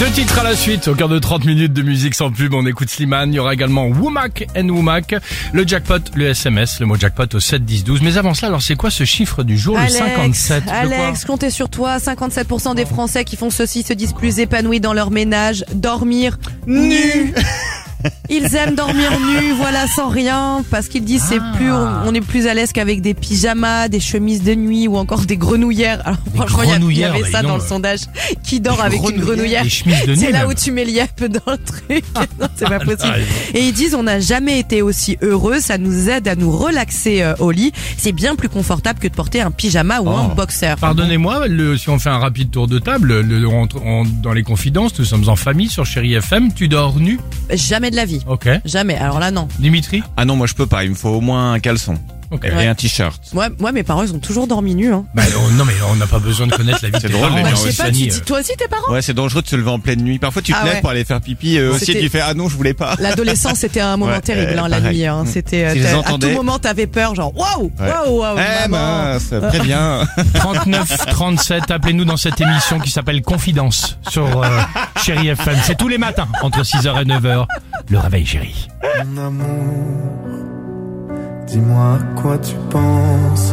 Deux titres à la suite, au cœur de 30 minutes de musique sans pub, on écoute Slimane, il y aura également Womack and Womack, le jackpot, le SMS, le mot jackpot au 7 10 12. Mais avant cela, alors c'est quoi ce chiffre du jour, le 57 de quoi Alex, comptez sur toi. 57% des Français qui font ceci se disent plus épanouis dans leur ménage, dormir nu. Ils aiment dormir nu, voilà, sans rien, parce qu'ils disent c'est plus, Ah. on, on est plus à l'aise qu'avec des pyjamas, des chemises de nuit ou encore des grenouillères. Alors franchement, il y a- il y grenouillères, avait bah, ça dis dans donc, le sondage. Qui dort avec une grenouillère Des chemises de nuit. C'est là même. où tu mets l'IEP dans le truc. Non, c'est pas possible. Ah, Et ils disent on n'a jamais été aussi heureux, ça nous aide à nous relaxer euh, au lit. C'est bien plus confortable que de porter un pyjama ou Oh. un boxer. Pardonnez-moi, le- si on fait un rapide tour de table, le- on- on- dans les confidences, nous sommes en famille sur Chéri FM, tu dors nu Jamais de la vie. Ok. Jamais. Alors là non. Dimitri Ah non, moi je peux pas, il me faut au moins un caleçon Ok. et Ouais. un t-shirt. Moi, moi mes parents ils ont toujours dormi nus. Hein. Bah, on- non mais on n'a pas besoin de connaître la vie de C'est tes drôle, parents. les Bah, gens je sais aussi, pas, Sani, tu, euh, dis, toi aussi tes parents Ouais, c'est dangereux de se lever en pleine nuit. Parfois tu te Ah lèves ouais. pour aller faire pipi euh, aussi et C'était- tu fais ah non, je voulais pas. L'adolescence c'était un moment Ouais, terrible euh, hein, la pareil. nuit. Hein. C'était euh, Si je les t'as- à tout entendais- moment t'avais peur genre waouh Ouais. waouh waouh. Eh maman. mince, préviens. 39 37, appelez-nous dans cette émission qui s'appelle Confidence sur euh, Chéri FM. C'est tous les matins entre 6h et 9h. Le réveil chéri. Mon amour, dis-moi à quoi tu penses.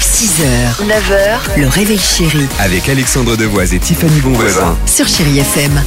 6h, 9h, le réveil chéri Avec Alexandre Devoise et Tiffany Bonvoisin. sur Chéri FM.